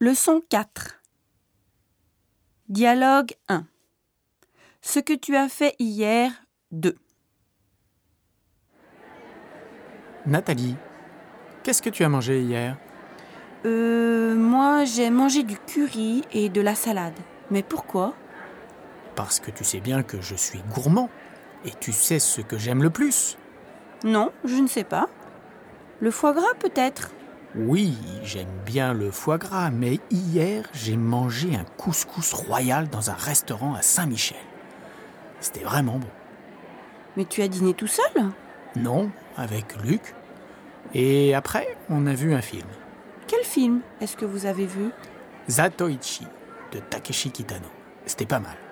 Leçon 4 Dialogue 1 Ce que tu as fait hier 2 Nathalie, qu'est-ce que tu as mangé hier Euh, moi j'ai mangé du curry et de la salade. Mais pourquoi Parce que tu sais bien que je suis gourmand. Et tu sais ce que j'aime le plus. Non, je ne sais pas. Le foie gras peut-être Oui, j'aime bien le foie gras, mais hier, j'ai mangé un couscous royal dans un restaurant à Saint-Michel. C'était vraiment bon. Mais tu as dîné tout seul Non, avec Luc. Et après, on a vu un film, Quel film est-ce que vous avez vu Zatoichi, de Takeshi Kitano. C'était pas mal.